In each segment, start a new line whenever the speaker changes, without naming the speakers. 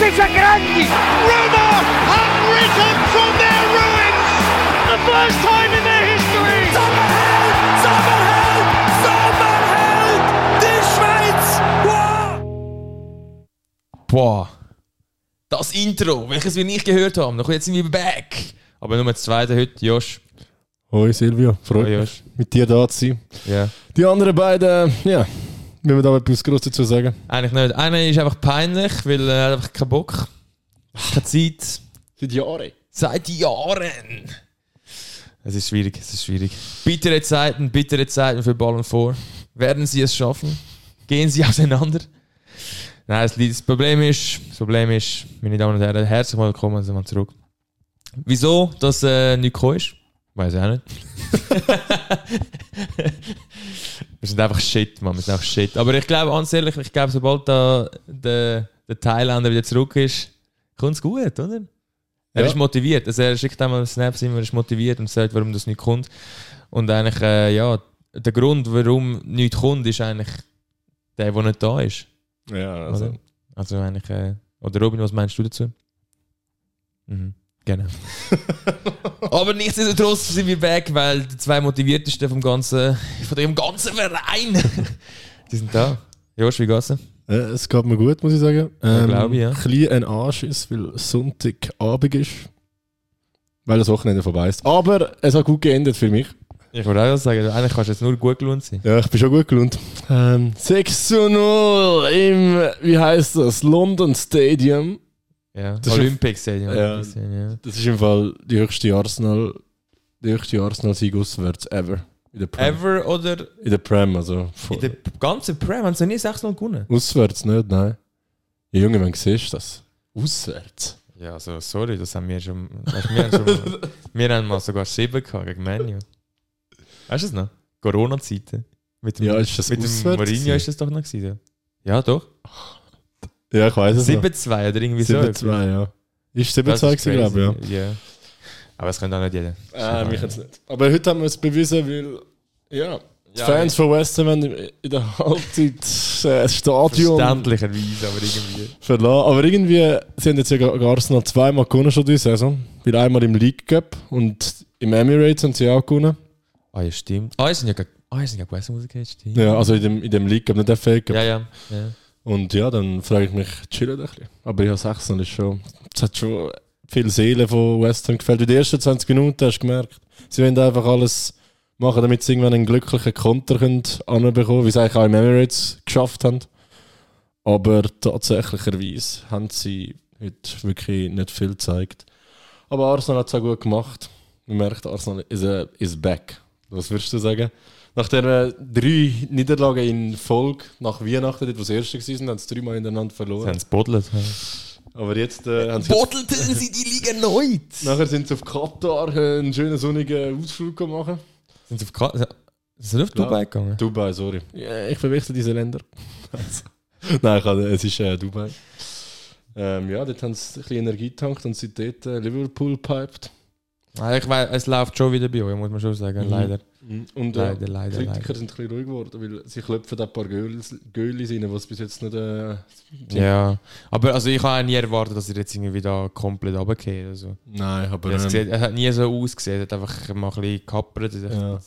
these are grandi!
Rumour have risen from their ruins! The first time in their history!
Sommerheld! Sommerheld! Sommerheld! Die Schweiz! Wow!
Boah. Das Intro, welches wir nicht gehört haben. Noch jetzt sind wir back. Aber nur das zweite heute, Josh.
Hoi Silvio, freut
Hoi, Josh.
mich, mit dir da zu sein.
Ja.
Die anderen beiden, ja, wenn wir da etwas Grosses dazu sagen.
Eigentlich nicht. Einer ist einfach peinlich, weil er hat einfach keinen Bock. Keine Zeit.
Seit Jahren.
Seit Jahren. Es ist schwierig, es ist schwierig. Bittere Zeiten, bittere Zeiten für Ballon vor. Werden sie es schaffen? Gehen sie auseinander? Nein, das Lied- das Problem ist, das Problem ist, meine Damen und Herren, herzlich willkommen, sind wir zurück. Wieso, dass äh, nichts gekommen ist? Weiß ich auch nicht. wir sind einfach shit, Mann, wir sind einfach shit. Aber ich glaube, ganz ehrlich, ich glaube, sobald da der, der Thailänder wieder zurück ist, kommt es gut, oder? Er
Ja.
ist motiviert. Also er schickt einmal Snaps immer, er ist motiviert und sagt, warum das nicht kommt. Und eigentlich, äh, ja, der Grund, warum nichts kommt, ist eigentlich der, der nicht da ist.
Ja,
Also, also eigentlich, äh, oder Robin, was meinst du dazu? Mhm. Genau. Aber nichtsdestotrotz sind wir weg, weil die zwei motiviertesten vom ganzen, von dem ganzen Verein, die sind da. Josh, wie geht's? dir?
Äh, es geht mir gut, muss ich sagen. Ähm,
Ja, glaub ich, ja.
Ein bisschen ein Arsch ist, weil Sonntagabend ist. Weil das Wochenende vorbei ist. Aber es hat gut geendet für mich.
Ich würde auch sagen, eigentlich kannst du jetzt nur gut gelohnt sein.
Ja, ich bin schon gut gelohnt. Ähm, 6 zu 0 im, wie heißt das, London Stadium.
Ja.
ist ja-
Olympics sehen, ja.
Ja.
Olympics sehen, ja.
Das ist im Fall die höchste Arsenal, die höchste Arsenal-Sieg auswärts ever. In der Prem.
Ever oder
In der Prem, also. vor-
in der ganzen Prem haben sie noch nie 6-0 gewonnen?
Auswärts nicht, nein. Ja, Junge, wenn du siehst das. Auswärts?
Ja, also sorry, das haben wir schon. Weißt, wir, haben schon wir haben mal sogar 7 gehabt gegen Manu. Weißt du das noch? Corona-Zeiten. Mit dem,
Ja, ist das
mit dem
auswärts
Mourinho
gewesen?
ist das doch noch gewesen. Ja, Ja, doch.
Ja, ich weiß es
7-2 oder irgendwie
nicht.
so.
7-2, ja. Ist
Das
7-2
ist
gewesen, glaube ich, ja.
crazy. ja. Aber es könnte auch nicht jeder.
Äh, mich jetzt nicht. Aber heute haben wir es bewiesen, weil ja, die Fans von West Ham haben in der Halbzeit äh, das Stadion
Verständlicherweise, aber irgendwie.
verlassen. Aber irgendwie, sie haben jetzt ja gegen Arsenal zweimal gewonnen schon diese Saison. Weil einmal im League Cup und im Emirates haben sie auch gewonnen.
Ah, ja, stimmt. Ah, es sind ja gegen ah, es sind ja gegen West Ham rausgekommen, stimmt.
Ja, also in dem, in dem League Cup, nicht der Fake Cup.
Ja, ja. ja.
Und ja, dann frage ich mich, chillen ein bisschen. Aber ja, 6 ist schon, es hat schon viel Seele von West Ham gefällt. In den ersten 20 Minuten hast du gemerkt, sie wollen einfach alles machen, damit sie irgendwann einen glücklichen Konter können anbekommen, wie sie eigentlich auch im Emirates geschafft haben. Aber tatsächlicherweise haben sie heute wirklich nicht viel gezeigt. Aber Arsenal hat es auch gut gemacht. Man merkt, Arsenal is, äh, is back. Was würdest du sagen? Nach der äh, drei Niederlagen in Folge nach Weihnachten, dort, wo sie erste waren, haben sie dreimal hintereinander
Sie
verloren.
haben es bodelt.
Aber jetzt äh, haben sie
Bodelten sie die Liga neu?
Nachher sind sie auf Katar äh, einen schönen sonnigen Ausflug gemacht.
Sind sie auf, Ka sind sie auf
Klar.
Dubai gegangen?
Dubai, sorry. Ja, ich verwechsel diese Länder. Also. Nein, ich kann, es ist äh, Dubai. Ähm, ja, dort haben sie ein bisschen Energie getankt und sind dort äh, Liverpool piped.
Ah, Ich weiß, es läuft schon wieder bei euch, muss man schon sagen,
Mhm.
leider.
Und äh,
Leider, leider,
die Kritiker
leider.
sind ein bisschen ruhig geworden, weil sie klopfen ein paar Gölis Gölis rein, was bis jetzt nicht... Äh,
Ja, aber also ich habe auch nie erwartet, dass ihr jetzt irgendwie da komplett runtergeht. Also.
Nein, aber... ähm,
Es, sieht- es hat nie so ausgesehen, es hat einfach mal ein bisschen gekappert.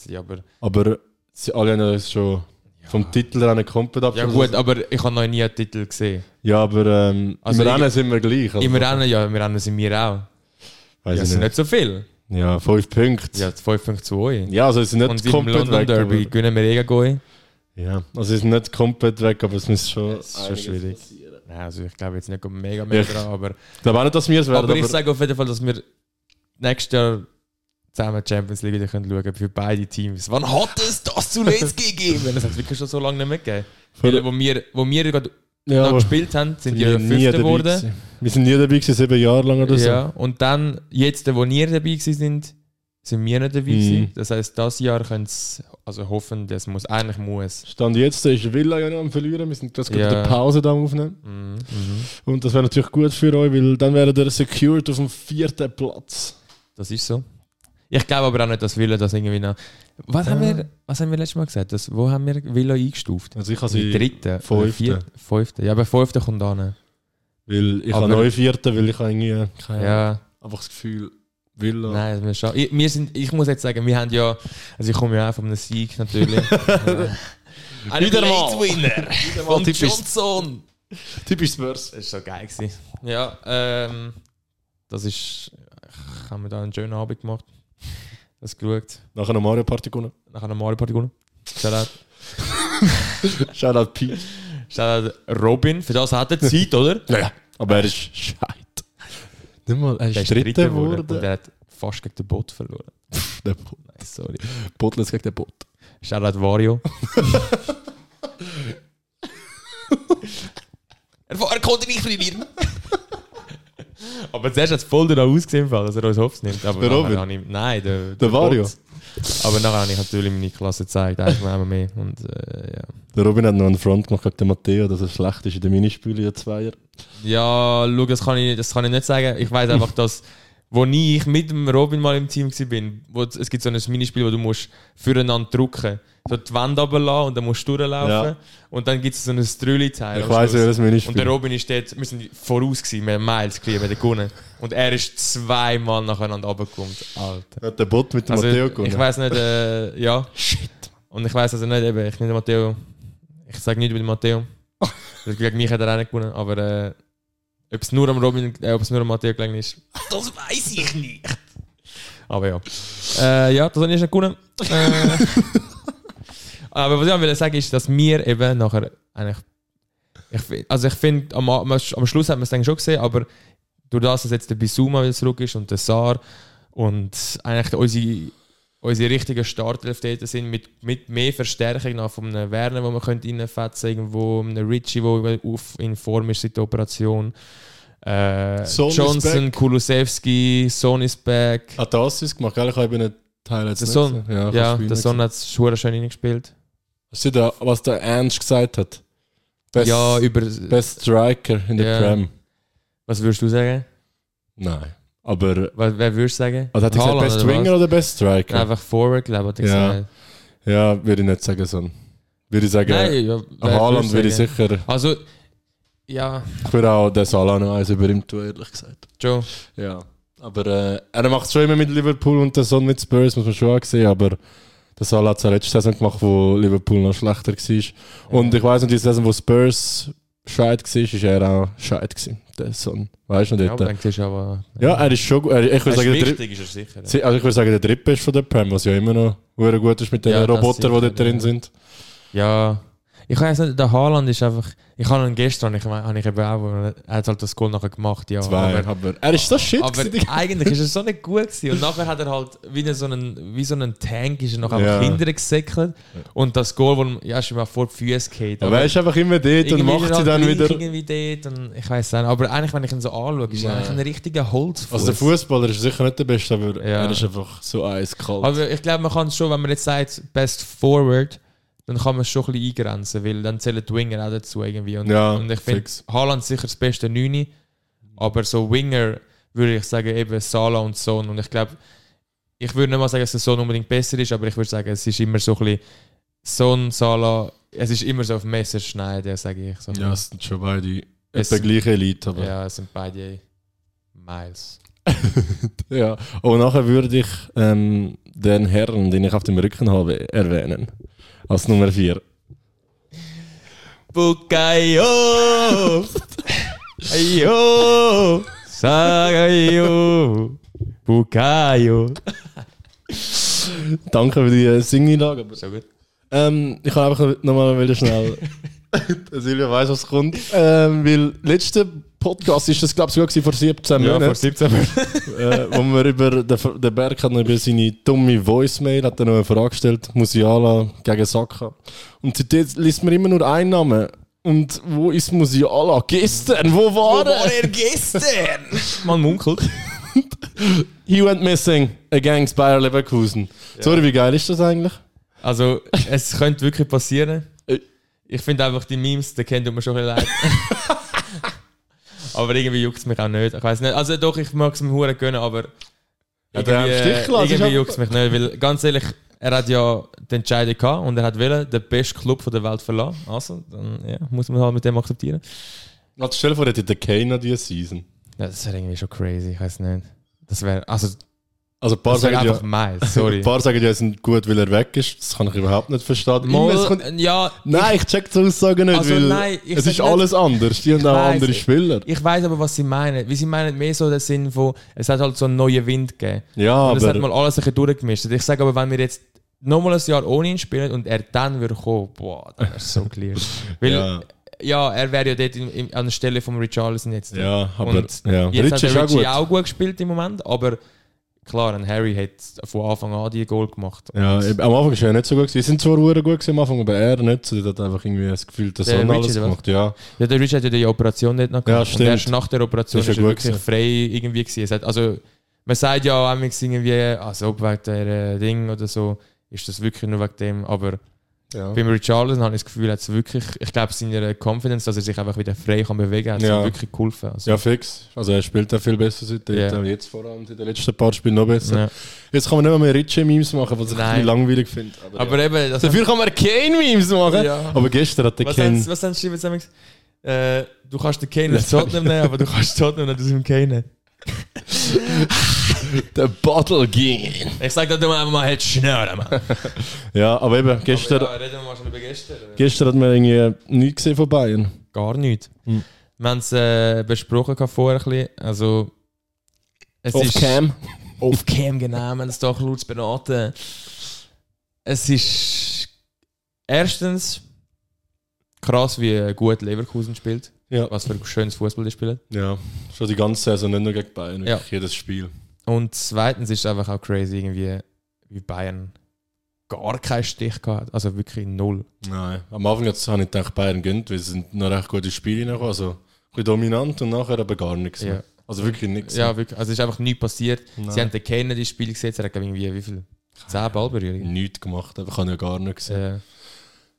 Ja. Aber,
aber äh, sie alle haben es schon vom Titel her komplett
ja
abgeschlossen.
gut, aber ich habe noch nie einen Titel gesehen.
Ja, aber ähm,
Also
im
ich-
Rennen sind wir gleich. Also,
Im Rennen, ja, im Rennen sind wir auch.
Weiss
Ja, es
ich
sind
nicht.
nicht so viel.
Ja, fünf Punkte.
Ja, 5 zu 2.
Ja, also es ist nicht
Und im
komplett
London
weg.
Derby
aber-
gewinnen wir eh gegen
Ja, also es ist nicht komplett weg, aber es muss schon.
Es ist schon schwierig. Nein, also ich glaube jetzt nicht mega, mega
mega
dran,
dran,
aber,
Ich glaube auch nicht, dass wir es werden.
aber ich sage auf jeden Fall, dass wir nächstes Jahr zusammen die Champions League wieder können schauen können für beide Teams. Wann hat es das zuletzt gegeben? Das hat es wirklich schon so lange nicht mehr gegeben.
Für-
Weil, wo wir, wo wir gerade
ja,
noch
aber
gespielt haben, sind
wir
wir
sind nie
Fünfte
dabei
geworden.
gewesen. Wir sind nie dabei gewesen, sieben Jahre lang oder so.
Ja, und dann, jetzt, wo ihr dabei gewesen sind, sind wir nicht dabei
Mhm.
gewesen. Das heisst, das Jahr können sie, also hoffen, das muss, eigentlich muss.
Stand jetzt ist Villa ja noch am Verlieren. Wir sind gerade
Ja.
in der Pause da am Aufnehmen.
Mhm.
Und das wäre natürlich gut für euch, weil dann wäre ihr secured auf dem vierten Platz.
Das ist so. Ich glaube aber auch nicht, dass Villa das irgendwie noch... Was, haben, wir, was haben wir letztes Mal gesagt? Das, wo haben wir Villa eingestuft?
Also ich habe
Die
sie.
dritte?
fünfte.
Vierte, fünfte. Ja, aber fünfte kommt an.
Weil ich
Aber-
habe neu vierten, weil ich habe irgendwie keine Ahnung,
Ja,
einfach das Gefühl, Villa.
nein, wir schon. Ich, wir sind, ich muss jetzt sagen, wir haben ja, also ich komme ja auch von einem Sieg natürlich. Ein
Wieder mal.
Late-Winner von Johnson.
Typisch Spurs.
Das war so geil. Gewesen. Ja, ähm, das ist, ich habe mir da einen schönen Abend gemacht. Das geschaut.
Nachher noch Mario Party gewonnen.
Nachher noch Mario Party gewonnen. Shoutout.
Shoutout Pete.
Shoutout Robin, für das hat er Zeit, oder?
Naja, aber er ist scheiße. Nicht mal, er ist dritter
Und
geworden.
er hat fast gegen den Bot verloren.
Der Bo-
Nein, sorry.
Bottle ist gegen den Bot.
Shoutout Wario. er, er konnte nicht verlieren. Aber zuerst hat es voll danach ausgesehen, im Fall, dass er uns Hops nimmt. Aber
Der
nachher
Robin?
habe ich, nein, der, der,
Wario?
Bot. Aber nachher habe ich natürlich meine Klasse gezeigt, eigentlich immer mehr. Und äh, ja.
Der Robin hat noch einen Front gemacht gegen den Matteo, dass er schlecht ist in den Minispielen, der Zweier.
Ja, schau, das kann ich, das kann ich nicht sagen. Ich weiß einfach, dass, wo nie ich mit dem Robin mal im Team war, bin, wo es es gibt so ein Minispiel, wo du musst füreinander drücken. So die Wände runterlassen und dann musst du durchlaufen.
Ja.
Und dann gibt es so ein Strülli-Teil.
Ich
am
weiss,
Schluss.
welches Minispiel.
Und der Robin ist dort, wir sind voraus gewesen, wir haben Miles gegeben, wir haben gewonnen. Und er ist zweimal nacheinander runtergekommen. Alter.
Hat der Bot mit dem
Also,
Matteo gewonnen.
ich weiß nicht, äh, ja. Shit. Und ich weiß also nicht, eben, ich nehme Matteo. Ich sage nicht über den Matteo. Weil Gegen mich hat er auch nicht gewonnen, aber äh, ob es nur am Robin, äh, ob es nur am Matteo gelegen ist, das weiß ich nicht. Aber ja. Äh, ja, das habe ich nicht gewonnen. Äh, aber was ich auch will sagen ist, dass wir eben nachher eigentlich. Ich, fi- also ich finde, am, am am Schluss hat man es dann schon gesehen, aber durch das, dass jetzt der Bisuma wieder zurück ist und der Saar und eigentlich unsere, unsere richtigen Startelf dort sind, mit, mit mehr Verstärkung noch von einem Werner, wo man könnte reinfetzen irgendwo einem Richie, der auf, in Form ist seit der Operation. Äh,
Son Ah, is
Johnson, Kulusewski, Son is back.
Hat der Assist gemacht, gell? Ich habe eben die Highlights
Der
nicht
Son.
gesehen. Ja, ich
ja,
hab's
der
nicht
Son hat es schön reingespielt.
Hast du da, was der Ernst gesagt hat? Best,
Ja, über.
Best Striker in der
Ja.
Prem.
Was würdest du sagen?
Nein. Aber
Wer, wer würdest du sagen?
also hat er gesagt,
Haaland
Best
oder was?
Winger oder Best
Nein,
Striker?
einfach Forward, glaube ich.
Ja.
Ja. Gesagt.
Ja, würde ich nicht sagen, Son. Würde ich sagen,
Nein, ja,
am
wer
Haaland würde ich
würdest du sagen?
sicher.
Also, ja,
Ich würde auch den Salah noch eins über ihm tun, ehrlich gesagt.
Joe.
Ja. Aber äh, er macht es schon immer mit Liverpool und der Son mit Spurs, muss man schon auch sehen, aber der Salah hat es ja letzte Saison gemacht, wo Liverpool noch schlechter war. Und ich weiss noch, die Saison, wo Spurs scheit war, ist er auch scheit gewesen, der Son. Weißt du
Ja,
noch
aber
dort? äh.
dann siehst du aber.
Ja, er ist schon gut. Er- Ich würde
Er
sagen, der,
ist
Dri-
Also wichtig, ist er sicher.
Sie- also ich würde sagen, der Drippe ist von der Prem, was ja immer noch sehr gut ist mit den
Ja, das
Robotern, die
sicher,
dort drin
ja.
sind.
Ja. Ich weiß nicht, der Haaland ist einfach. Ich habe ihn gestern, ich meine, habe ich eben auch, er hat halt das Goal nachher gemacht, ja.
Zwei,
aber-
aber, er ist so shit.
Aber
gewesen, die-
eigentlich ist er so nicht gut gewesen. Und nachher hat er halt wie so einen, wie so einen Tank ist er noch
Ja.
einfach hinterher gesäckelt. Und das Goal, wo ihm- ja, ist ihm auch vor die Füße geht.
aber er ist einfach immer dort und macht sie dann wieder.
Irgendwie dort und ich weiß nicht. Aber eigentlich, wenn ich ihn so anschaue, ist er
Nein.
eigentlich ein richtiger Holzfuß.
Also der Fußballer ist sicher nicht der Beste, aber
Ja.
er ist einfach so eiskalt.
Aber ich glaube, man kann es schon, wenn man jetzt sagt, Best Forward, dann kann man es schon ein bisschen eingrenzen, weil dann zählen die Winger auch dazu irgendwie. Und,
Ja,
und ich finde,
fix.
Haaland sicher das beste Neuni, aber so Winger würde ich sagen, eben Salah und Son. Und ich glaube, ich würde nicht mal sagen, dass der Son unbedingt besser ist, aber ich würde sagen, es ist immer so ein bisschen Son, Salah, es ist immer so auf Messerschneiden, sage ich. So.
ja, es sind schon beide
Es-
etwa gleiche Elite. Aber, ja.
ja, es sind beide Miles.
Und nachher würde ich ähm, den Herrn, den ich auf dem Rücken habe, erwähnen. Als Nummer 4.
Bukayo! Ayo! Sagayo! Bukayo!
Danke für die äh, Singeinlage. aber-
So gut.
Ähm, ich kann einfach nochmal wieder schnell. Silvia weiß, was kommt. Ähm, weil letzter Podcast ist das, glaube ich, sogar gewesen, vor 17
Ja, vor
Monaten,
17 Monaten.
äh, wo wir über den, Ver- den Berg hat noch über seine dumme Voicemail hat er noch eine Frage gestellt, Musiala gegen Saka. Und seitdem liest man immer nur einen Namen. Und wo ist Musiala? Gestern, wo war er?
er gestern? Man munkelt.
He went missing against Bayer Leverkusen. Sorry, wie geil ist das eigentlich?
Also, es könnte wirklich passieren.
Äh.
Ich finde einfach die Memes, die kennt man schon ein bisschen leid. Aber irgendwie juckt es mich auch nicht. Ich weiß nicht. Also doch, ich mag es mir Huren gönnen, aber
Ja, der
irgendwie,
am Stich gelassen ist
irgendwie
aber-
juckt es mich nicht. Weil ganz ehrlich, er hat ja die Entscheidung gehabt und er hat wollen, den besten Club von der Welt verlassen. Also, dann ja, muss man halt mit dem akzeptieren.
Also stell dir vor, hätte der Kane noch diese Season.
Ja, das wäre irgendwie schon crazy, ich weiß nicht. Das wäre, also,
Also ein paar,
das
sagen
wäre einfach
ja,
meins,
ein
sorry.
paar sagen ja, es ist gut, weil er weg ist. Das kann ich überhaupt nicht verstehen. Immer,
Mal-
es kommt,
ja,
nein, ich check die Aussage nicht,
Also
weil
nein, ich
es
sag
ist
nicht-
alles anders. Die haben auch
weiss
andere
es.
Spieler.
ich weiß aber, was sie meinen. Wie sie meinen mehr so den Sinn von, es hat halt so einen neuen Wind gegeben.
Ja,
und es hat
aber
mal alles ein bisschen durchgemischt. Ich sage aber, wenn wir jetzt nochmal ein Jahr ohne ihn spielen und er dann würde kommen, boah, das wäre so clear. Weil, ja.
Ja.
er wäre ja dort im, im, an der Stelle von Richarlison jetzt.
ja, aber
und
ja.
Jetzt
Rich
hat
ist
der
auch gut.
Richie auch gut gespielt im Moment, aber klar, ein Harry hat von Anfang an die Goal gemacht.
Ja, eben, am Anfang war er nicht so gut. gewesen. Wir sind zwar verdammt gut gewesen am Anfang, aber er nicht. so. Er hat einfach irgendwie das Gefühl, dass
Der
er
Richie,
alles
oder was?
gemacht ja.
Ja, der Rich hat ja die Operation nicht noch
Ja,
gemacht. und
stimmt.
erst nach der Operation
Ist
ist,
ja
er
gut
wirklich
gewesen.
frei irgendwie gewesen. Es hat, also, man sagt ja auch manchmal irgendwie, also ob wegen der äh, Ding oder so, ist das wirklich nur wegen dem. Aber
ja.
beim Richarlison habe ich das Gefühl, hat es wirklich, ich glaube, seine Confidence, dass er sich einfach wieder frei kann bewegen kann, hat
Ja.
ihm wirklich geholfen. Also,
Ja, fix. Also er spielt auch viel besser seitdem.
Ja.
Auch Jetzt vor allem in den letzten paar Spielen noch besser.
ja.
Jetzt kann man nicht mehr Richie-Memes machen, was ich ein
Nein.
bisschen langweilig finde. Aber,
Aber eben, das
ja. Dafür kann man Kane-Memes machen.
Ja.
Aber gestern hat der
was
Kane...
haben, was haben sie geschrieben? Samix? Äh, du kannst den Kane aus Tottenham nehmen, aber du kannst Tottenham nicht aus dem Kane nehmen.
Der Battle Game.
Ich sage dir einfach mal, halt schnell, Mann.
Ja, aber eben, gestern,
Ja, reden wir mal schon über gestern.
gestern hat man irgendwie nichts gesehen von Bayern.
Gar nicht. Wir haben es äh, besprochen gehabt vorher ein bisschen. Also, es ist- Auf Cam, genau. Wir haben es doch kurz beraten. Es ist erstens krass, wie gut Leverkusen spielt.
Ja.
Was für ein schönes Fußball die spielen.
Ja, schon die ganze Saison, nicht nur gegen Bayern,
Ja.
wirklich jedes Spiel.
Und zweitens ist es einfach auch crazy, irgendwie, wie Bayern gar keinen Stich gehabt hat. Also wirklich null.
Nein, am Anfang hat's- habe ich gedacht, Bayern gönnt, weil sie sind noch recht gute Spiele reingekommen, also ein bisschen dominant und nachher aber gar nichts mehr.
Ja.
Also wirklich nichts
Ja, wirklich. Also es ist einfach nichts passiert.
Nein.
Sie haben den Kane ins Spiel gesetzt. Er hat, glaube ich, irgendwie wie viel? Zehn
mehr.
Ballberührungen.
Nichts gemacht, aber ich habe ja gar nichts gesehen.
Äh,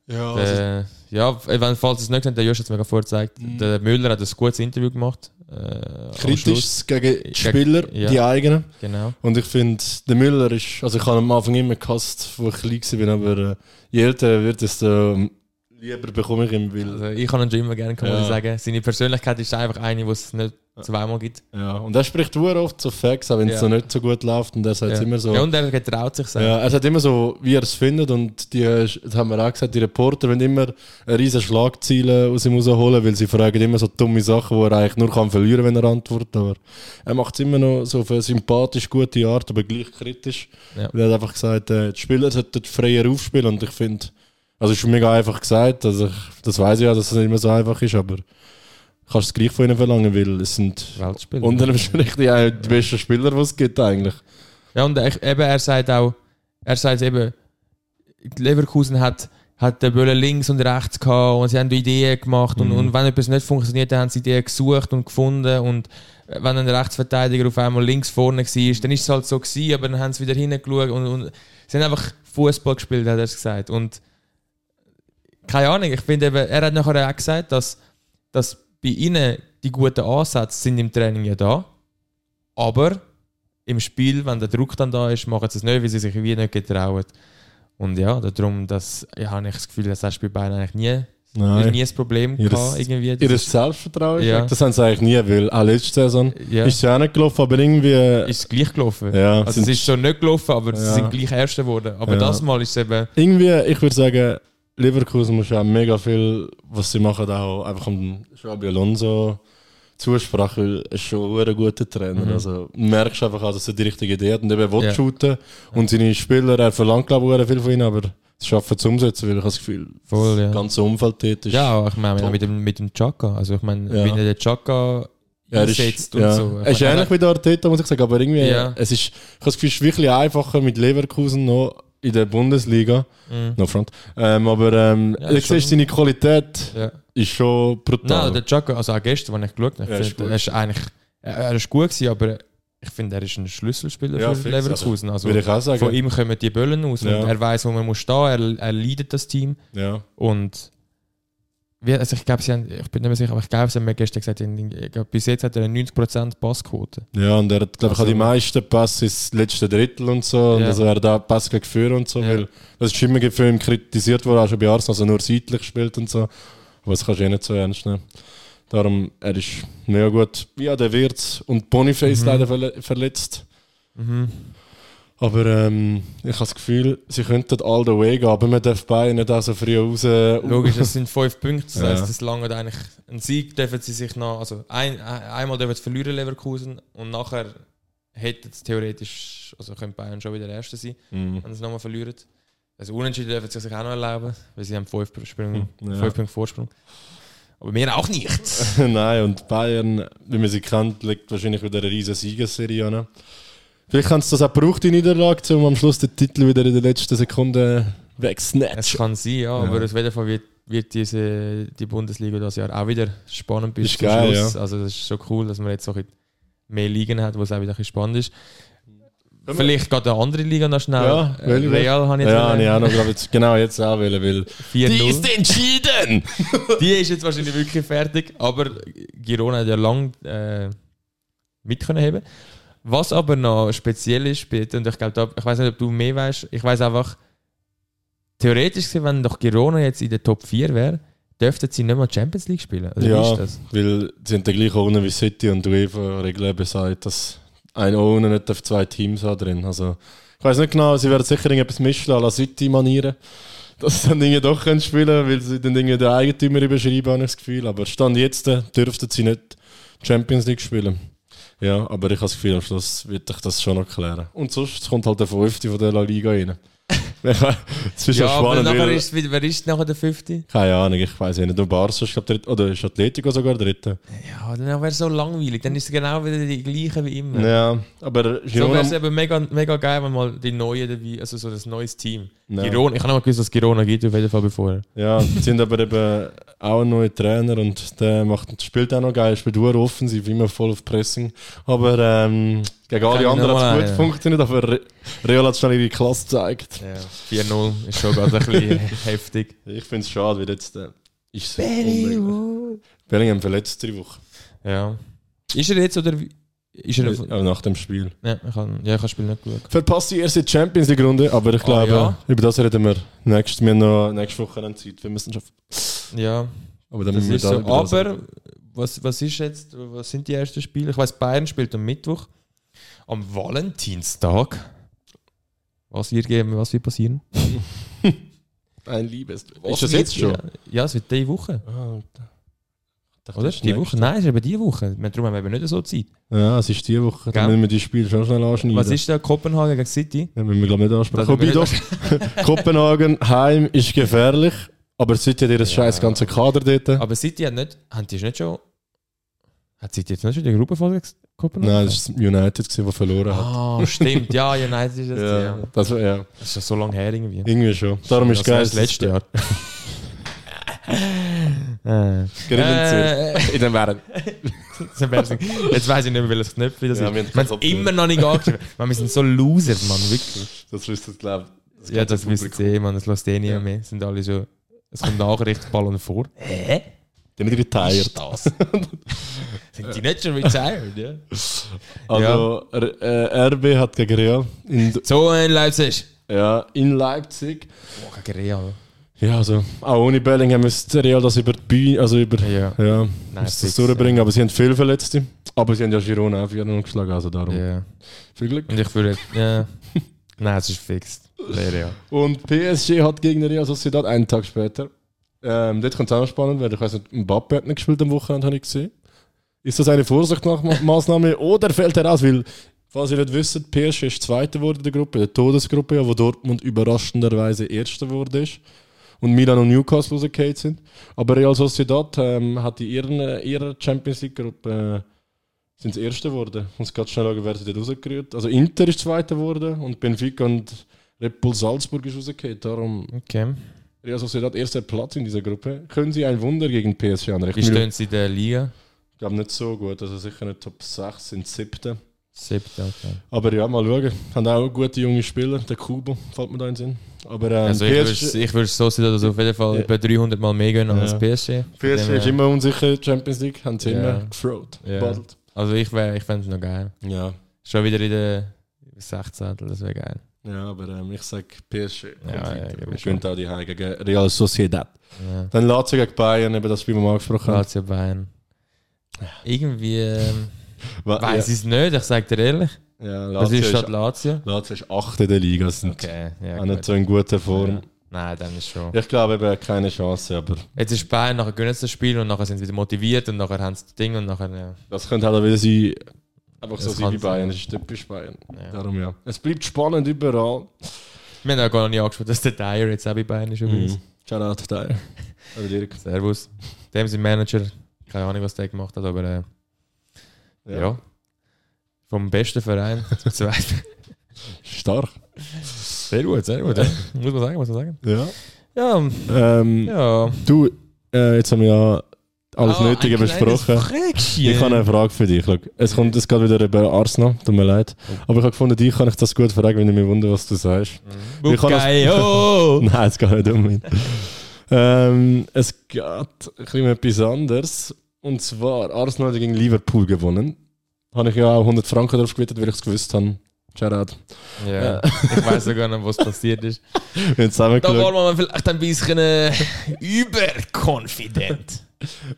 Ja, also,
Äh, ja, wenn, falls ihr es nicht kennt, der Josh hat es mega vorgezeigt. Der Müller hat ein gutes Interview gemacht. Äh, am Schluss.
kritisch gegen die
Gegen-
Spieler,
ja.
die eigenen.
Genau.
Und ich finde, der Müller ist, also ich habe am Anfang immer gehasst, wo ich klein war, aber äh, je älter er wird, desto ähm, lieber bekomme ich ihn, weil
Also ich habe ihn schon immer gerne, kann
Ja.
man sagen. Seine Persönlichkeit ist einfach eine, die es nicht zweimal gibt.
Ja, und er spricht sehr oft so Facts, auch wenn es
Ja.
noch nicht so gut läuft. Und er sagt
Ja.
immer so.
ja,
Ja,
und er getraut sich sagen.
er sagt immer so, wie er es findet. Und die, äh, das haben wir auch gesagt, die Reporter wollen immer riesige Schlagziele aus ihm rausholen, weil sie fragen immer so dumme Sachen, wo er eigentlich nur kann verlieren kann, wenn er antwortet. Aber er macht es immer noch so auf eine sympathisch gute Art, aber gleich kritisch.
Ja.
Und er hat einfach gesagt, äh, die Spieler sollten freier aufspielen. Und ich finde, also es ist mega einfach gesagt. Also ich, das weiß ich ja, dass es nicht immer so einfach ist, aber kannst es gleich von ihnen verlangen, weil es sind
Weltspieler.
unter dem Strich die, auch die besten Spieler, die es gibt eigentlich.
Ja, und er, eben, er sagt auch, er sagt eben, die Leverkusen hat, hat den Böllen links und rechts gehabt und sie haben Ideen gemacht und, und wenn etwas nicht funktioniert, dann haben sie Ideen gesucht und gefunden und wenn ein Rechtsverteidiger auf einmal links vorne war, dann ist es halt so gewesen, aber dann haben sie wieder hingeschaut und, und sie haben einfach Fußball gespielt, hat er es gesagt. Und keine Ahnung, ich finde eben, er hat nachher auch gesagt, dass, dass bei ihnen die guten Ansätze sind im Training ja da, aber im Spiel, wenn der Druck dann da ist, machen sie es nicht, weil sie sich wie nicht getrauen. Und ja, darum, das, ja, habe ich das Gefühl, das hast du bei beiden eigentlich nie, ist nie das Problem
Ihr
gehabt,
ist-
irgendwie.
Ihr
Das
Selbstvertrauen, ist
Ja.
weg. das haben sie eigentlich nie, weil auch letzte Saison
Ja.
ist es ja auch nicht gelaufen, aber irgendwie. äh,
ist gleich gelaufen.
Ja,
also
sind-
es ist schon nicht gelaufen, aber
Ja.
sie sind gleich Erster geworden. Aber
Ja.
das Mal ist es eben,
irgendwie, ich würde sagen, Leverkusen muss auch mega viel, was sie machen, auch einfach um Xabi Alonso zusprechen, weil er ist schon ein sehr guter Trainer. Also du merkst einfach auch, dass er die richtige Idee hat und eben will
Mhm. Ja.
shooten. Und seine Spieler, er verlangt glaube ich sehr viel von ihnen, aber sie schaffen es umsetzen, weil ich habe das Gefühl,
Voll, ja.
das ganze Umfeld dort ist...
ja, ich meine,
top.
mit dem, mit dem Chaka, also ich meine,
Ja.
wie er den Chaka
Ja, er ist,
einsetzt und
ja.
so. Ich
Es ist
meine,
ähnlich wie der Arteta, muss ich sagen, aber irgendwie,
Ja.
es ist, ich habe das Gefühl, es ist wirklich einfacher mit Leverkusen noch in der Bundesliga, no front, ähm, aber ähm,
Mhm. Ja,
du
schon.
siehst, seine Qualität
Ja.
ist schon brutal.
Nein, der Chaka, also auch gestern, als ich geschaut habe,
Ja,
ich
ist
finde,
gut.
er ist eigentlich, er, er ist gut gewesen, aber ich finde, er ist ein Schlüsselspieler
Ja,
für
fix.
Leverkusen. Also,
Würde ich auch sagen.
Von ihm kommen die Böllen aus.
Ja.
Und er weiß, wo man muss stehen. Er, er leidet das Team.
ja.
Und wir, also ich glaube, sie haben, ich bin nicht mehr sicher, aber ich glaube, sie haben mir gestern gesagt, ich glaube, bis jetzt hat er eine 90% Passquote.
ja, und er hat, glaube ich, auch
Also-
die meisten Pässe ins letzte Drittel und so, und
Ja.
also er hat auch Pässe gegen Führer und so,
Ja.
weil das ist immer für ihn kritisiert worden, auch schon bei Arsenal, also nur seitlich gespielt und so, aber das kannst du eh nicht so ernst nehmen. Darum, er ist mega gut. Ja, der Wirtz und Boniface
Mhm.
leider verle- verletzt. Mhm. Aber ähm, ich habe das Gefühl, sie könnten all the way gehen, aber man darf beide nicht auch so früh raus. äh,
Logisch, das sind fünf Punkte. Das
Ja.
heisst, es langt eigentlich. Einen Sieg dürfen sie sich noch. Also ein, ein- einmal dürfen sie verlieren, Leverkusen. Und nachher hätten sie theoretisch. Also können Bayern schon wieder der Erste sein,
Mhm.
wenn sie nochmal verlieren. Also Unentschieden dürfen sie sich auch noch erlauben, weil sie haben fünf, Sprünge,
Hm, Ja.
fünf Punkte Vorsprung. Aber wir auch nicht.
Nein, und Bayern, wie man sie kennt, liegt wahrscheinlich wieder eine riesige Siegesserie an. Vielleicht haben sie das auch gebraucht, die Niederlage, um am Schluss den Titel wieder in der letzten Sekunde
Es
wegsnatchen.
kann sein, ja, aber auf jeden Fall wird, wird diese, die Bundesliga das Jahr auch wieder spannend bis
Ist geil, ja.
Also das ist schon cool, dass man jetzt so ein bisschen mehr Ligen hat, wo es auch wieder ein bisschen spannend ist.
Können wir-
Vielleicht geht eine andere Liga noch schnell.
Ja,
Äh,
welche?
Real habe ich jetzt
Ja, habe ich auch
erwähnt.
noch, glaub jetzt, genau jetzt auch wollen, weil
4-0. Die, ist
entschieden!
jetzt wahrscheinlich wirklich fertig, aber Girona hat ja lange äh, mit können haben. Was aber noch speziell ist, bitte, und ich glaube, da- ich weiß nicht, ob du mehr weißt, ich weiß einfach, theoretisch gesehen, wenn doch Girona jetzt in der Top 4 wäre, dürften sie nicht mal Champions League spielen. Also, wie
ja,
ist das?
weil sie sind ja gleich ohne wie City und UEFA-Regeln besagt, dass ein ohne nicht auf zwei Teams haben drin. Also, ich weiß nicht genau, sie werden sicher irgendetwas mischen, à la City-Manieren. Dass sie dann Dinge doch können spielen weil sie dann Dinge den Eigentümer überschreiben, habe ich das Gefühl. Aber Stand jetzt äh, dürften sie nicht Champions League spielen. Ja, aber ich habe das Gefühl, am Schluss wird ich das schon noch klären. Und sonst kommt halt der Fünfte von der La Liga rein. das ist ja,
Ja, aber
spannend.
nachher
weil-
ist, wer ist nachher der Fünfte?
keine Ahnung, ich weiß nicht. Nur Barca ist, glaub, dritt, oder ist Atletico sogar dritte.
Ja, dann wäre es so langweilig. Dann ist es genau wieder die gleiche wie immer.
Ja, aber
So wäre
Girona,
es eben mega, mega geil, wenn mal die neue dabei, also so das neues Team.
Ja.
Girona, ich habe noch mal gewusst, dass es Girona gibt, auf jeden Fall bevor.
ja, sind aber eben auch ein neuer Trainer und der macht, spielt auch noch geil, spielt auch offensiv, immer voll auf Pressing. Aber ähm, gegen alle
ich
anderen
nochmal
hat es
einen,
gut
ja.
funktioniert, aber Re- Real hat schnell ihre Klasse gezeigt.
Ja. 4-0 ist schon gerade ein bisschen heftig. Oh
Ich finde es schade, wie jetzt der. Ist Bellingham verletzt drei Wochen.
Ja. Ist er jetzt oder wie- ist er auf,
Aber Äh, nach dem Spiel.
ja, ich kann, ja, ich kann Spiel nicht gut.
Verpasst die erste Champions League Runde, aber ich
Ah,
glaube,
ja.
über das reden wir nächstes, wir haben noch nächste Woche eine Zeit, wir müssen schaffen.
Ja,
Aber dann
das
müssen wir
ist so.
da über das
Aber was, was ist jetzt, was sind die ersten Spiele? Ich weiß, Bayern spielt am Mittwoch. Am Valentinstag. Was wird geben, was wird passieren?
Ein Liebes.
Was
Ist das jetzt schon?
wird- Ja, es wird diese Woche.
Ah, dachte,
Oder?
das ist
Die
nächste.
Woche? Nein, es ist eben diese Woche. Wir- Darum haben wir eben nicht so Zeit.
Ja, es ist die Woche. Dann
Gell?
müssen wir die Spiele schon schnell anschneiden.
Was ist da Kopenhagen gegen City?
Ja, müssen wir, glaube ich, nicht ansprechen.
Das müssen wir
Wobei doch, Kopenhagen, Heim ist gefährlich, aber City hat ihr scheiß ganze Kader dort.
Aber City hat nicht, haben die nicht schon. Hat City jetzt nicht schon die Gruppenphase gegen Kopenhagen?
Nein, das war United, gewesen, der verloren hat.
Ah, stimmt. Ja, United ist das. Ja.
Ja, das, war- ja,
Das ist ja so lange her irgendwie.
irgendwie schon. Darum ist es
das war
geil.
das letzte Jahr. äh,
Äh,
äh,
in dem Während.
das ist embarrassing. Jetzt weiß ich nicht mehr, welches Knöpfchen das
Ja,
ist.
wir
Wir
haben
haben
keinen Kopf
es immer noch nicht angeschrieben. Man, wir sind so Loser, Mann, wirklich.
Das wüsste ich, glaube
ja, das wisst ihr eh, Mann. Das lässt eh niemand mehr. Sind alle so. Es kommt Nachrichtenballon vor. Hä?
Dann bin ich retired.
ist das? Sind die nicht schon retired, ja?
Also, R- äh, RB hat gegen Real in,
So ein Leipzig.
ja, in Leipzig.
Boah, gegen Real.
Ja, also, auch ohne Bellingham müsste Real das über die Bühne, also über,
Ja.
ja,
Nein, fix,
müsste das durchbringen, aber sie haben viele Verletzte. Aber sie haben ja Girona auch 4-0 geschlagen, also darum.
Ja.
Viel Glück.
Und ich würde. Ja. Nein, es ist fix. Real.
Und PSG hat gegen Real Sociedad einen Tag später. Ähm, dort könnte es auch noch spannend werden. Ich weiß nicht, Mbappe hat nicht gespielt am Wochenende, habe ich gesehen. Ist das eine Vorsichtsmaßnahme oder fällt er aus? Weil, falls ihr nicht wisst, PSG ist Zweiter geworden in der Gruppe, der Todesgruppe, ja, wo Dortmund überraschenderweise Erster geworden ist. Und Milan und Newcastle rausgefallen sind. Aber Real Sociedad ähm, hat in ihrer, ihrer Champions League-Gruppe äh, sind das Erste geworden. Und es geht schnell schauen, wer sie dort rausgerührt. Also Inter ist Zweiter geworden und Benfica und Red Bull Salzburg ist rausgefallen. Darum
Okay.
Real Sociedad erster Platz in dieser Gruppe. Können sie ein Wunder gegen PSG anrichten?
Wie stehen sie in der Liga?
Ich glaube nicht so gut, also sicher nicht Top 6, sind siebte.
Siebte, okay.
Aber ja, mal schauen. Haben auch gute junge Spieler. Der Kubo fällt mir da in den Sinn. Aber ähm,
Also, ich würde es
PSG,
ich würd's so sehen, dass es auf jeden Fall
Ja.
etwa 300 Mal mehr gehen als
Ja.
PSG. Von
PSG
dem
ist
her-
immer unsicher. Champions League haben sie
Ja.
immer gefroht.
Ja.
gebadelt.
Also, ich, wär- ich fände es noch geil.
Ja.
Schon wieder in der 16. Das wäre geil.
ja, aber ähm, ich sage PSG.
Ja, ja, ich glaube
wir
schon.
können auch die Heim gegen Real Sociedad.
Ja.
Dann Lazio gegen Bayern, eben das, wie wir mal angesprochen haben.
Lazio Bayern. Irgendwie ähm,
Wa-
weiß ich es nicht, ich sage dir ehrlich.
ja. ja, Ah, Lazio
Das ist
ist,
statt Lazio.
Lazio ist 8. in der Liga, sind
Okay,
auch
ja,
nicht
gut.
so in guter Form.
Nein, dann ist schon.
Ich glaube eben keine Chance, aber
Jetzt ist Bayern, nachher gönnen sie das Spiel und nachher sind sie wieder motiviert und nachher haben sie das Ding und nachher. Ja.
das könnte halt auch wieder sein, einfach so
Das
sein wie
kann sein.
Bayern, das ist typisch Bayern.
Ja.
Darum ja. Es bleibt spannend überall.
Wir haben ja gar noch nicht angeschaut, dass der Dyer jetzt auch bei Bayern ist übrigens.
Mhm. Shoutout Dyer. Oder Dirk.
Servus. Dem sind Manager, keine Ahnung, was der gemacht hat, aber äh, ja. Vom besten Verein zum zweiten.
Stark.
Sehr gut, sehr gut. Muss man sagen, muss man sagen.
Ja.
Ja,
Ähm,
ja.
Du, äh, jetzt haben wir ja alles
Ah,
Nötige
ein kleines
besprochen.
Fräckchen.
Ich habe eine Frage für dich. Schau, es kommt es geht wieder über Arsenal, tut mir leid.
Oh.
Aber ich habe gefunden, dich kann ich das gut fragen, wenn ich mich wundere, was du sagst. Ich kann das-
Bukayo.
Nein, es geht nicht um mich. ähm, es geht ein bisschen um etwas anderes. Und zwar, Arsenal hat gegen Liverpool gewonnen. Habe ich ja auch 100 Franken drauf gewettet, weil ich es gewusst habe. Gerard.
Ja, ich weiß sogar noch, was passiert ist.
Wir haben
Da war
zusammengeschaut.
man vielleicht ein bisschen äh, überkonfident.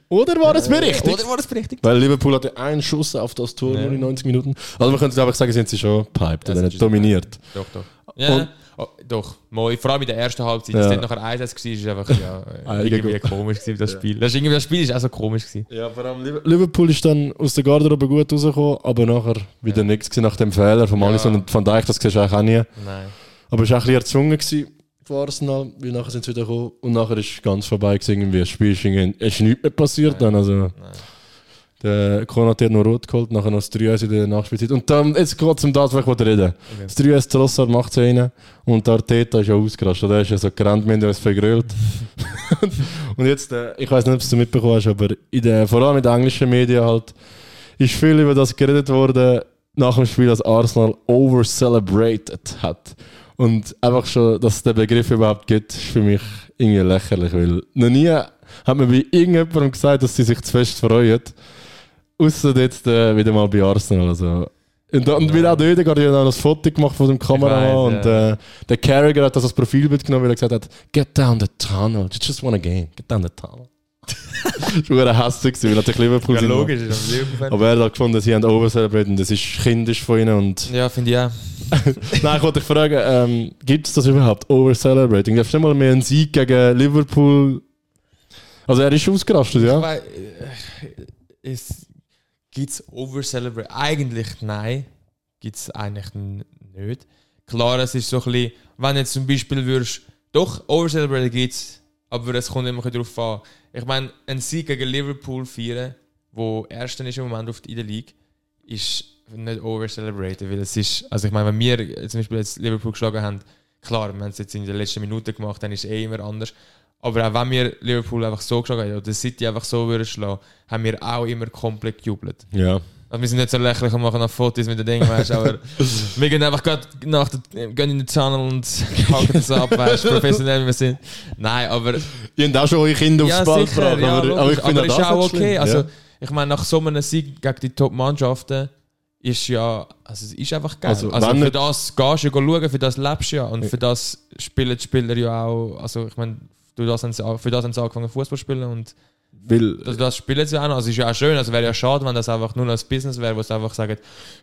Oder war es mir richtig?
Oder war das richtig?
Weil Liverpool hatte einen Schuss auf das Tor
Ja.
nur in 90 Minuten. Also man könnte glaube ich sagen, sind sie schon piped,
Ja,
oder
sind
nicht
schon
dominiert.
Doch, doch. Ja,
Und-
oh, doch. Moi, vor allem in der ersten Halbzeit. dass
Ja. Ah,
Das nachher 1 war, ist einfach ja,
Eigen-
irgendwie komisch gewesen, das Spiel. Das, ist irgendwie, das Spiel ist auch so komisch gewesen.
Ja, vor allem Liverpool ist dann aus der Garderobe gut rausgekommen, aber nachher wieder nichts gewesen nach dem Fehler von Alisson und Van Dijk, das siehst du eigentlich auch nie.
Nein.
Aber es war auch ein bisschen erzwungen gewesen von Arsenal, weil nachher sind sie wieder gekommen und nachher ist es ganz vorbei gewesen, irgendwie. Das Spiel ist, irgendwie, es ist nichts mehr passiert dann, also... Der Konate hat noch rot geholt, nachher noch das 3-1 in der Nachspielzeit. Und dann, jetzt geht es um das, was ich wollte reden Das 3-1 Trossard macht es einen und der Arteta ist ja ausgerastet. Der ist ja so gerannt, wir haben uns vergrölt. und jetzt, äh, ich weiß nicht, ob du mitbekommen hast, aber in der, vor allem in den englischen Medien halt, ist viel über das geredet worden, nach dem Spiel, dass Arsenal overcelebrated hat. Und einfach schon, dass es den Begriff überhaupt gibt, ist für mich irgendwie lächerlich, weil noch nie hat man bei irgendjemandem gesagt, dass sie sich zu fest freuen. Außer jetzt äh, wieder mal bei Arsenal. Also. Und, da- und weil auch der Oedegaard hat auch noch ein Foto gemacht von dem Kameramann.
Ich weiß,
und äh, der Carragher hat das als Profilbild genommen, weil er gesagt hat: Get down the tunnel, you just won a game, get down the tunnel. das war ein Hass, weil natürlich Liverpool
Ja,
sind.
logisch. ist ein Liverpool-Fan.
ne? Aber er hat gefunden, sie haben overcelebrated und das ist kindisch von ihnen. Und
Ja, finde ich auch.
Nein, ich wollte dich fragen, ähm, gibt es das überhaupt, overcelebrating? Darfst du nicht mal mehr einen Sieg gegen Liverpool? Also er ist ausgerastet, ja?
Aber äh, es gibt's Overcelebrate? Eigentlich nein, gibt es eigentlich n- nicht. Klar, es ist so ein bisschen, wenn jetzt zum Beispiel würdest, doch Overcelebrate gibt es, aber es kommt immer ein bisschen darauf an. Ich meine, ein Sieg gegen Liverpool feiern, wo Erster ist im Moment auf die- in der League, ist nicht overcelebrated, weil es ist, also ich meine, wenn wir zum Beispiel jetzt Liverpool geschlagen haben, klar, wir haben es jetzt in den letzten Minuten gemacht, dann ist es eh immer anders. Aber auch wenn wir Liverpool einfach so geschlagen haben oder City einfach so würden schlagen, haben wir auch immer komplett gejubelt.
Ja.
Also wir sind nicht so lächerlich und machen noch Fotos mit den Dingen, weißt du, aber wir gehen einfach gerade nach der, gehen in den Tunnel und hacken das ab, weißt du, professionell wie wir sind. Nein, aber
Ihr habt auch schon eure Kinder aufs
ja,
Ball
sicher,
gebracht,
ja,
aber,
logisch,
aber ich finde
aber ist
das
auch
nicht schlimm.
okay. Also,
ja.
ich meine, nach so einem Sieg gegen die Top-Mannschaften ist ja, also es ist einfach geil.
Also,
Also,
wenn
für
nicht-
das gehst du ja schauen, für das lebst du ja und für das spielen die Spieler ja auch, also ich meine, für das haben sie, an- für das haben sie angefangen Fußball zu spielen und
Weil,
das, das spielen sie auch noch. Also ist ja auch schön, also wäre ja schade, wenn das einfach nur noch ein Business wäre, wo sie einfach sagen,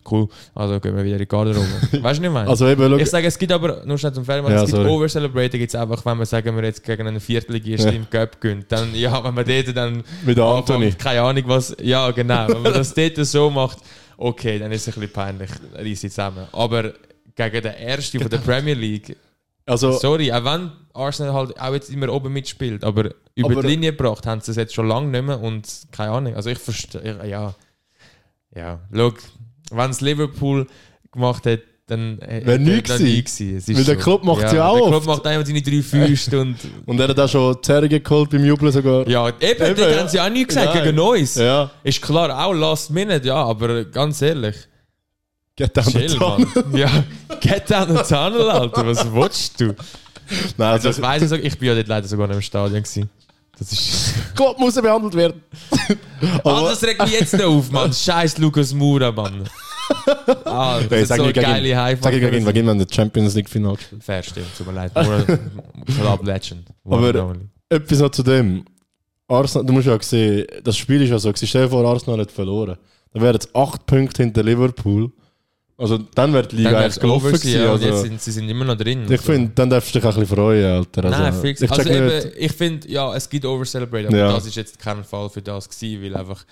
cool, also gehen wir wieder in die Garderobe. weißt du, was ich meine?
also eben,
Ich
schau,
sage, es gibt aber, nur schnell zum Fernsehen,
Ja,
es gibt
sorry.
Overcelebrating, gibt es einfach, wenn wir sagen, wir jetzt gegen einen Viertligist
Ja.
im Cup gehen, dann, ja, wenn man dort dann
mit der Anthony.
anfängt, keine Ahnung was, ja nou, genau, wenn man das dort so macht, okay, dann ist es ein bisschen peinlich, reise zusammen. Aber gegen den Ersten von der Premier League,
Also,
sorry, auch wenn Arsenal halt auch jetzt immer oben mitspielt, aber über
Aber-
die Linie gebracht haben sie es jetzt schon lange nicht mehr und keine Ahnung, also ich verstehe, ja, ja, schau, wenn es Liverpool gemacht hat, dann äh,
Wär
dann-
nix
dann
gewesen.
nix gewesen. Es ist
Weil der
so.
Klopp macht's ja auch
Der
oft.
Club macht einmal seine drei Füße und
und er hat auch schon Zerge geholt beim Jubeln sogar.
ja, eben,
Eben,
eben
ja.
dort haben sie auch nichts gesagt
Nein.
gegen uns.
Ja.
Ist klar, auch Last Minute, ja, aber ganz ehrlich,
Get down the
chill,
tunnel.
Mann. Ja, get down the tunnel, Alter, was willst du?
Nein, also,
Das weiss ich, so- ich bin ja dort leider sogar nicht im Stadion gewesen. Das ist...
Gott muss er behandelt werden. Oh.
Ah, das regt mich jetzt noch auf, Mann. Scheiß Lukas Moura, Mann. Ah, das
Hey,
ist
sag
so
ich
eine
gegen
geile
ihn,
Highfive.
sag ich gegen ihn, wir gehen in der Champions League Final gespielt.
Fair, stimmt, tut mir leid. Moura, Club Legend. One
Aber-
and only.
etwas noch zu dem. Arsenal, du musst ja sehen, das Spiel ist ja so, gewesen. stell dir vor, Arsenal hat verloren. Dann wären es 8 Punkte hinter Liverpool. Also dann wäre die Liga
Dann wär's
eigentlich gelaufen
over gewesen,
gewesen.
ja, und
also,
jetzt sind sie sind immer noch drin.
ich finde, dann darfst du dich auch ein bisschen freuen, Alter. Also,
Nein, fix.
Ich check
also
nicht.
eben, ich finde, ja, es gibt Overcelebrate, aber
Ja.
das ist jetzt kein Fall für das gewesen, weil einfach,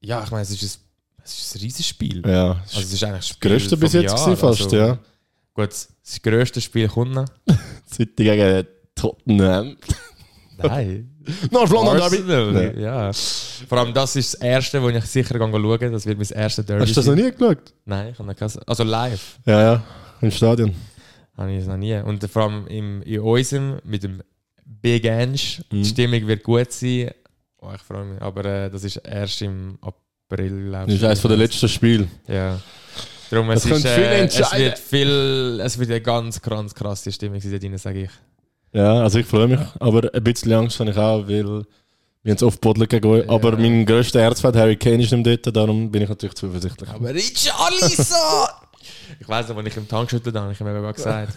ja, ich meine, es ist ein, es ist ein riesiges Spiel.
Ja, das
Also es ist eigentlich das Spiel
größte bis
vom
jetzt
Jahr,
gewesen, fast,
also,
ja.
Gut, das grösste Spiel kommt noch.
City gegen Tottenham.
Nein.
Nein, Flandern
Arsenal,
Derby.
ja. Vor allem das ist das erste, wo ich sicher schaue. Das wird mein erster Derby
Hast du das noch
sein.
nie geschaut?
Nein, ich habe noch kein... Also live
Ja, ja, im Stadion.
habe ich es noch nie. Und vor allem im, in unserem mit dem Big Ange.
Mhm.
Die Stimmung wird gut sein. Oh, ich freue mich. Aber äh, das ist erst im April. glaub
Das ist
ich.
eines der letzten Spiele.
Ja. Darum, es,
Es
ist,
könnte viel
äh, es
entscheiden.
wird viel... Es wird eine ganz, ganz krasse Stimmung sein, dort sage ich.
Ja, also ich freue mich. Aber ein bisschen Angst habe ich auch, weil wir haben es oft Bodeln gegen euch.
Ja.
Aber mein grösster Erzfeind, Harry Kane, ist nicht mehr dort. Darum bin ich natürlich zuversichtlich.
Aber Richarlison! ich weiß noch, wenn ich im Tank geschüttelt habe, habe ich ihm eben mal gesagt.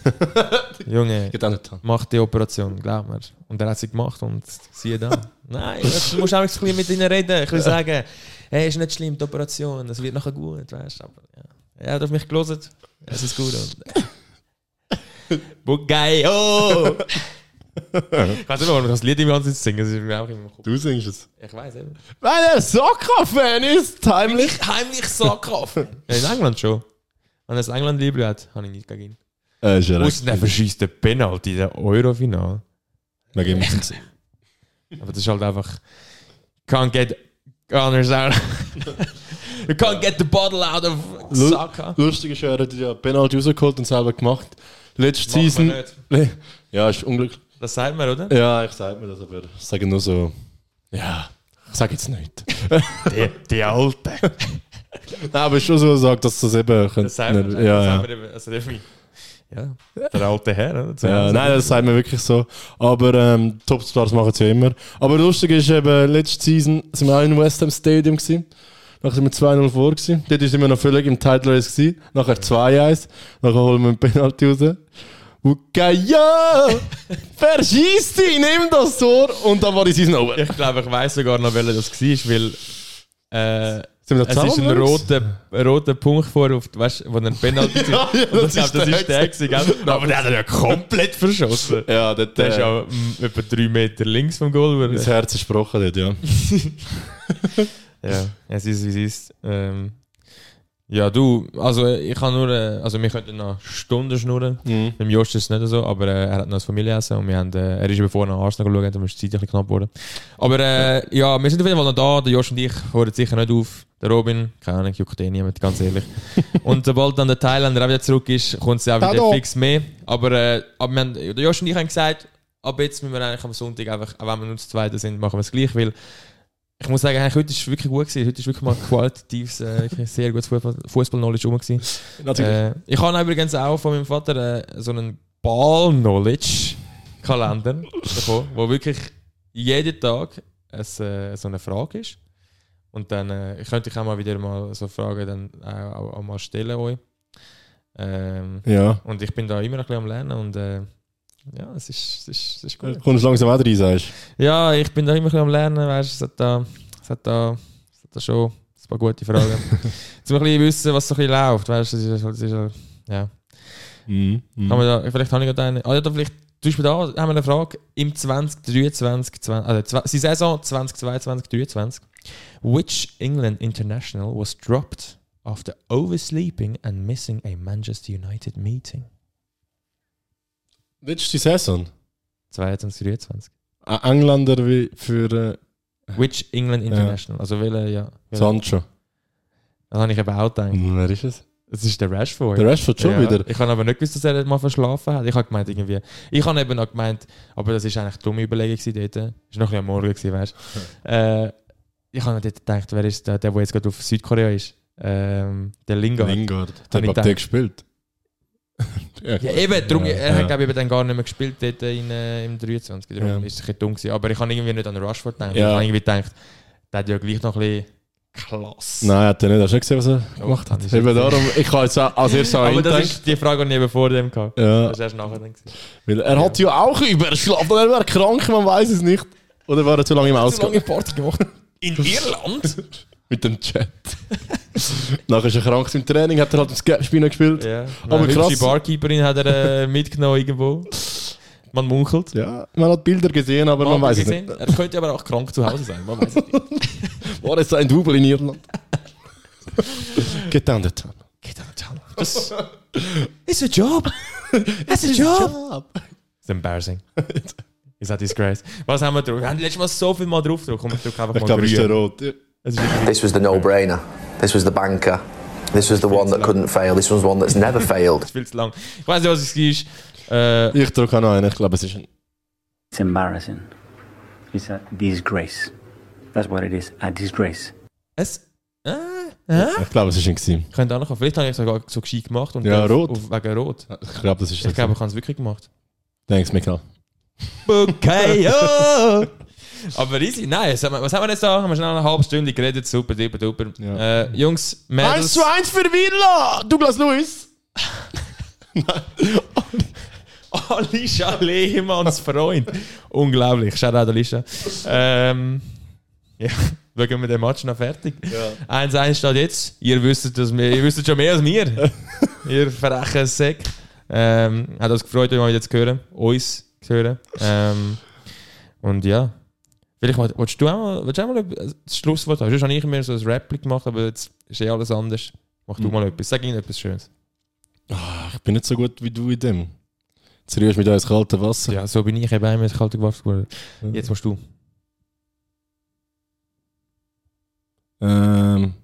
Junge,
Geht auch nicht an.
mach die Operation, glaub mir. Und er hat sie gemacht und siehe da. Nein, du musst auch ein bisschen mit ihnen reden. Ich will sagen, hey, ist nicht schlimm, die Operation, es wird nachher gut, weißt du. Aber ja, er hat auf mich gelesen, es ist gut. Und, Bugai, oh! ich weiß nicht, warum ich das Lied im Ansatz singe, es ist mir auch im Kopf.
Du singst es.
Ich weiß eben.
Weil er Soccer-Fan ist, heimlich.
heimlich Soccer. ja, in England schon. Wenn er das England lieb hat, habe ich nicht gegen ihn.
Äh, ist ja recht.
Ausser er verschießt den Penalty in der Eurofinal.
Dann gehen wir zum Gesicht.
Aber das ist halt einfach. Can't get Gunners out. you can't get the bottle out of
Lu-
Saka.
Lustig ist, er hat ja Penalty rausgeholt und selber gemacht. Letzte
Macht man
Season.
nicht.
Ja, ist unglücklich.
Das sagt man, oder?
Ja, ich sag mir das, aber ich sage nur so. Ja, ich sage jetzt nicht.
Die, die Alte.
Nein, aber ist schon so gesagt, dass das eben. Könnte,
Das sagt man.
ja,
das
ja.
sagt man eben, also irgendwie. Ja, der alte Herr, oder?
Ja, nein, das sagt man wirklich so. Aber ähm, Topstars machen es ja immer. Aber lustig ist eben, letzte Season sind wir auch in West Ham Stadium gewesen. Nachher sind wir 2-0 vor gewesen. Dort waren wir noch völlig im Title Race gewesen. Nachher 2-1. Nachher holen wir einen Penalty raus. Ukaya! Verschießt ihn, nimm das Tor! Und dann war die Season over.
Ich glaube, ich weiß sogar noch, welcher das war, weil. Äh,
Sind wir
Es
da
ist ein
zusammen, Jungs?
roter, roter Punkt vor, auf, weißt, wo er einen Penalty zieht.
Ja, ja,
Und ich
das
glaube,
ist
das
der
ist der, gewesen, gell? Aber der hat er ja komplett verschossen.
Ja, dort,
Der ist
äh,
ja mm, etwa drei Meter links vom Goal.
das
aber-
Herz ist gebrochen dort, ja.
Ja, es ist, wie es ist. Ähm, ja, du, also äh, ich kann nur, äh, also wir könnten noch Stunden schnurren.
Mhm.
Beim Jost ist es nicht so, aber äh, er hat noch ein Familienessen und wir haben, äh, er ist eben vorher nach Arsenal geschaut, dann ist die Zeit ein bisschen knapp geworden. Aber äh, ja, wir sind auf jeden Fall noch da, der Jost und ich hören sicher nicht auf. Der Robin, keine Ahnung, juckt eh niemand, ganz ehrlich. und sobald dann der Thailänder auch wieder zurück ist, kommt es auch wieder
Tada.
fix mehr. Aber, äh, aber wir haben, der Jost und ich haben gesagt, ab jetzt müssen wir eigentlich am Sonntag einfach, auch wenn wir nur zu zweit sind, machen wir es gleich, weil ich muss sagen, eigentlich, heute ist es wirklich gut gewesen. Heute ist wirklich mal qualitatives, äh, wirklich sehr gutes Fußball- Fußball-Knowledge rum gewesen.
Natürlich.
Äh, ich habe übrigens auch von meinem Vater äh, so einen Ball-Knowledge-Kalender bekommen, wo wirklich jeden Tag es, äh, so eine Frage ist. Und dann äh, ich könnte ich auch mal wieder mal so Fragen dann auch, auch, auch mal stellen euch. Ähm,
Ja.
und ich bin da immer noch ein bisschen am Lernen und äh, ja, es ist, es ist, es ist gut.
Du kommst langsam auch rein, sagst
Ja, ich bin da immer ein bisschen am Lernen, weißt du, es hat da, es hat da, es hat da schon ein paar gute Fragen. Zum ein bisschen wissen, was so ein bisschen läuft, weißt du, das ist, das ist, halt ja.
du. Mhm. Mhm.
Kann man da, vielleicht habe ich gerade eine, ah ja, da vielleicht, zum Beispiel da haben wir eine Frage, im 2023, 20, also zwa- die Saison 2022, 2023, which England international was dropped after oversleeping and missing a Manchester United meeting?
Letzte Saison.
22, 23.
Ein Engländer wie für äh,
Which England international, also welche, ja. Welche,
Sancho.
das habe ich eben auch gedacht.
Wer ist es?
Das ist der Rashford.
Mhm. Der Rashford schon
Ja,
wieder.
Ich habe aber nicht gewusst, dass er mal verschlafen hat. Ich habe gemeint, irgendwie. Ich habe eben auch gemeint, aber das ist eigentlich eine dumme Überlegung gewesen dort. Es war noch ein bisschen am Morgen, gewesen, weißt du. äh, ich habe dort gedacht, wer ist der, der, der jetzt gerade auf Südkorea ist? Ähm, der Lingard.
Lingard.
Hab
Der
ich
hat
gedacht.
der gespielt.
ja, eben, darum,
Ja,
er hat,
ja.
glaube ich, eben dann gar nicht mehr gespielt dort in, äh, im 23. Darum ist
Ja.
es ein bisschen dumm gewesen. Aber ich habe irgendwie nicht an Rashford gedacht.
Ja.
Ich habe irgendwie gedacht, der hat ja gleich noch ein bisschen klasse.
Nein, hat er nicht. Hast du nicht gesehen, was er gemacht
hab
hat?
ich schon
Eben
gesehen.
darum, ich kann jetzt auch als erstes an
Aber
ihn
das
denken.
ist die Frage, die ich eben vor dem hatte.
Ja,
Das war erst nachher dann. gewesen.
weil er hat ja auch überschlafen. Er war krank, man weiß es nicht. Oder war er zu lange im
Zu lange
Ausgang?
Party gemacht. In Irland?
Mit dem Chat. Nachher ist er krank im Training, hat er halt im Skepspinner gespielt.
ja.
Aber
Aber krass. Nou, Die
krass.
Barkeeperin hat er äh, mitgenommen irgendwo. Man munkelt.
Ja, man hat Bilder gesehen, aber man weiß es
gesehen.
nicht.
Er könnte aber auch krank zu Hause sein. Man weiß es nicht.
War es ein Double in Irland? Getandet.
Geht aber schon. Das
Dus-
It's a job. It's a job. It's embarrassing. It's a disgrace. Was haben wir drauf? Wir haben letztes Mal so viel Mal drauf drauf. Komm, ich drück einfach
Ich
mal
glaube, ist der
drüber.
Rot.
Es ist wirklich-
This was the no-brainer. This was the banker. This was the one that couldn't fail. This was one that's never failed.
viel zu lang. Ich weiß nicht, was es ist. Äh,
Ich drücke auch noch einen. Ich glaube, es ist ein.
It's embarrassing. It's a disgrace. That's what it is a disgrace.
es. Äh, äh?
Ich glaube, es ist ein. gewesen.
Könnt auch noch. Vielleicht habe ich es sogar so gescheit gemacht. Und
Ja,
dann
rot.
Auf, wegen Rot.
Ich glaube, das ist
Ich glaube, ich habe es wirklich gemacht.
Thanks, Michael.
Bukeo! Aber easy. Nein, was haben wir- was haben wir jetzt da? Haben wir schon eine halbe Stunde geredet. Super, super, super.
Ja.
Äh, Jungs, Mädels.
1 für Villa! Douglas Lewis!
Alicia Lehmanns Freund. Unglaublich. Shoutout Alicia. Ähm, ja, schauen wir den Match noch fertig. 1-1 steht jetzt. Ihr wisst, dass wir, ihr wisst schon mehr als wir. ihr verrechen Sack. Ähm, hat uns gefreut, euch mal wieder zu hören. Uns zu hören. Ähm, und ja. Vielleicht mal, willst du auch mal, willst du auch mal äh, das Schlusswort haben? Sonst habe ich immer so ein Rap gemacht, aber jetzt ist eh alles anders. Mach du mal etwas. Sag ihnen etwas Schönes.
Ich bin nicht so gut wie du in dem. Jetzt rührst du mich da ins kalte Wasser.
Ja, so bin ich eben einmal ins kalte geworfen worden. Jetzt musst du.
Ähm.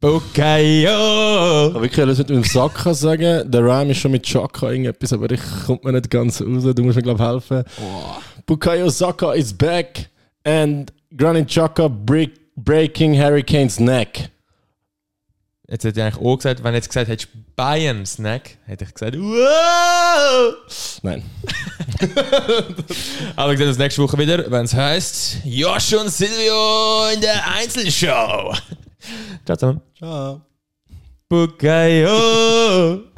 Bukayo!
Aber ich kann das nicht mit dem Saka sagen. Der Rhyme ist schon mit Chaka irgendetwas, aber ich komme mir nicht ganz raus. Du musst mir, glaube ich, helfen. Bukayo Saka is back and Granit Chaka break, breaking Harry Kane's neck.
Jetzt hätte ich eigentlich auch gesagt, wenn du jetzt gesagt hättest, Bayern Snack, hätte ich gesagt, wow!
Nein.
Aber wir sehen uns nächste Woche wieder, wenn es heisst, Josh und Silvio in der Einzelshow. Ciao zusammen.
Ciao.
Bukayo!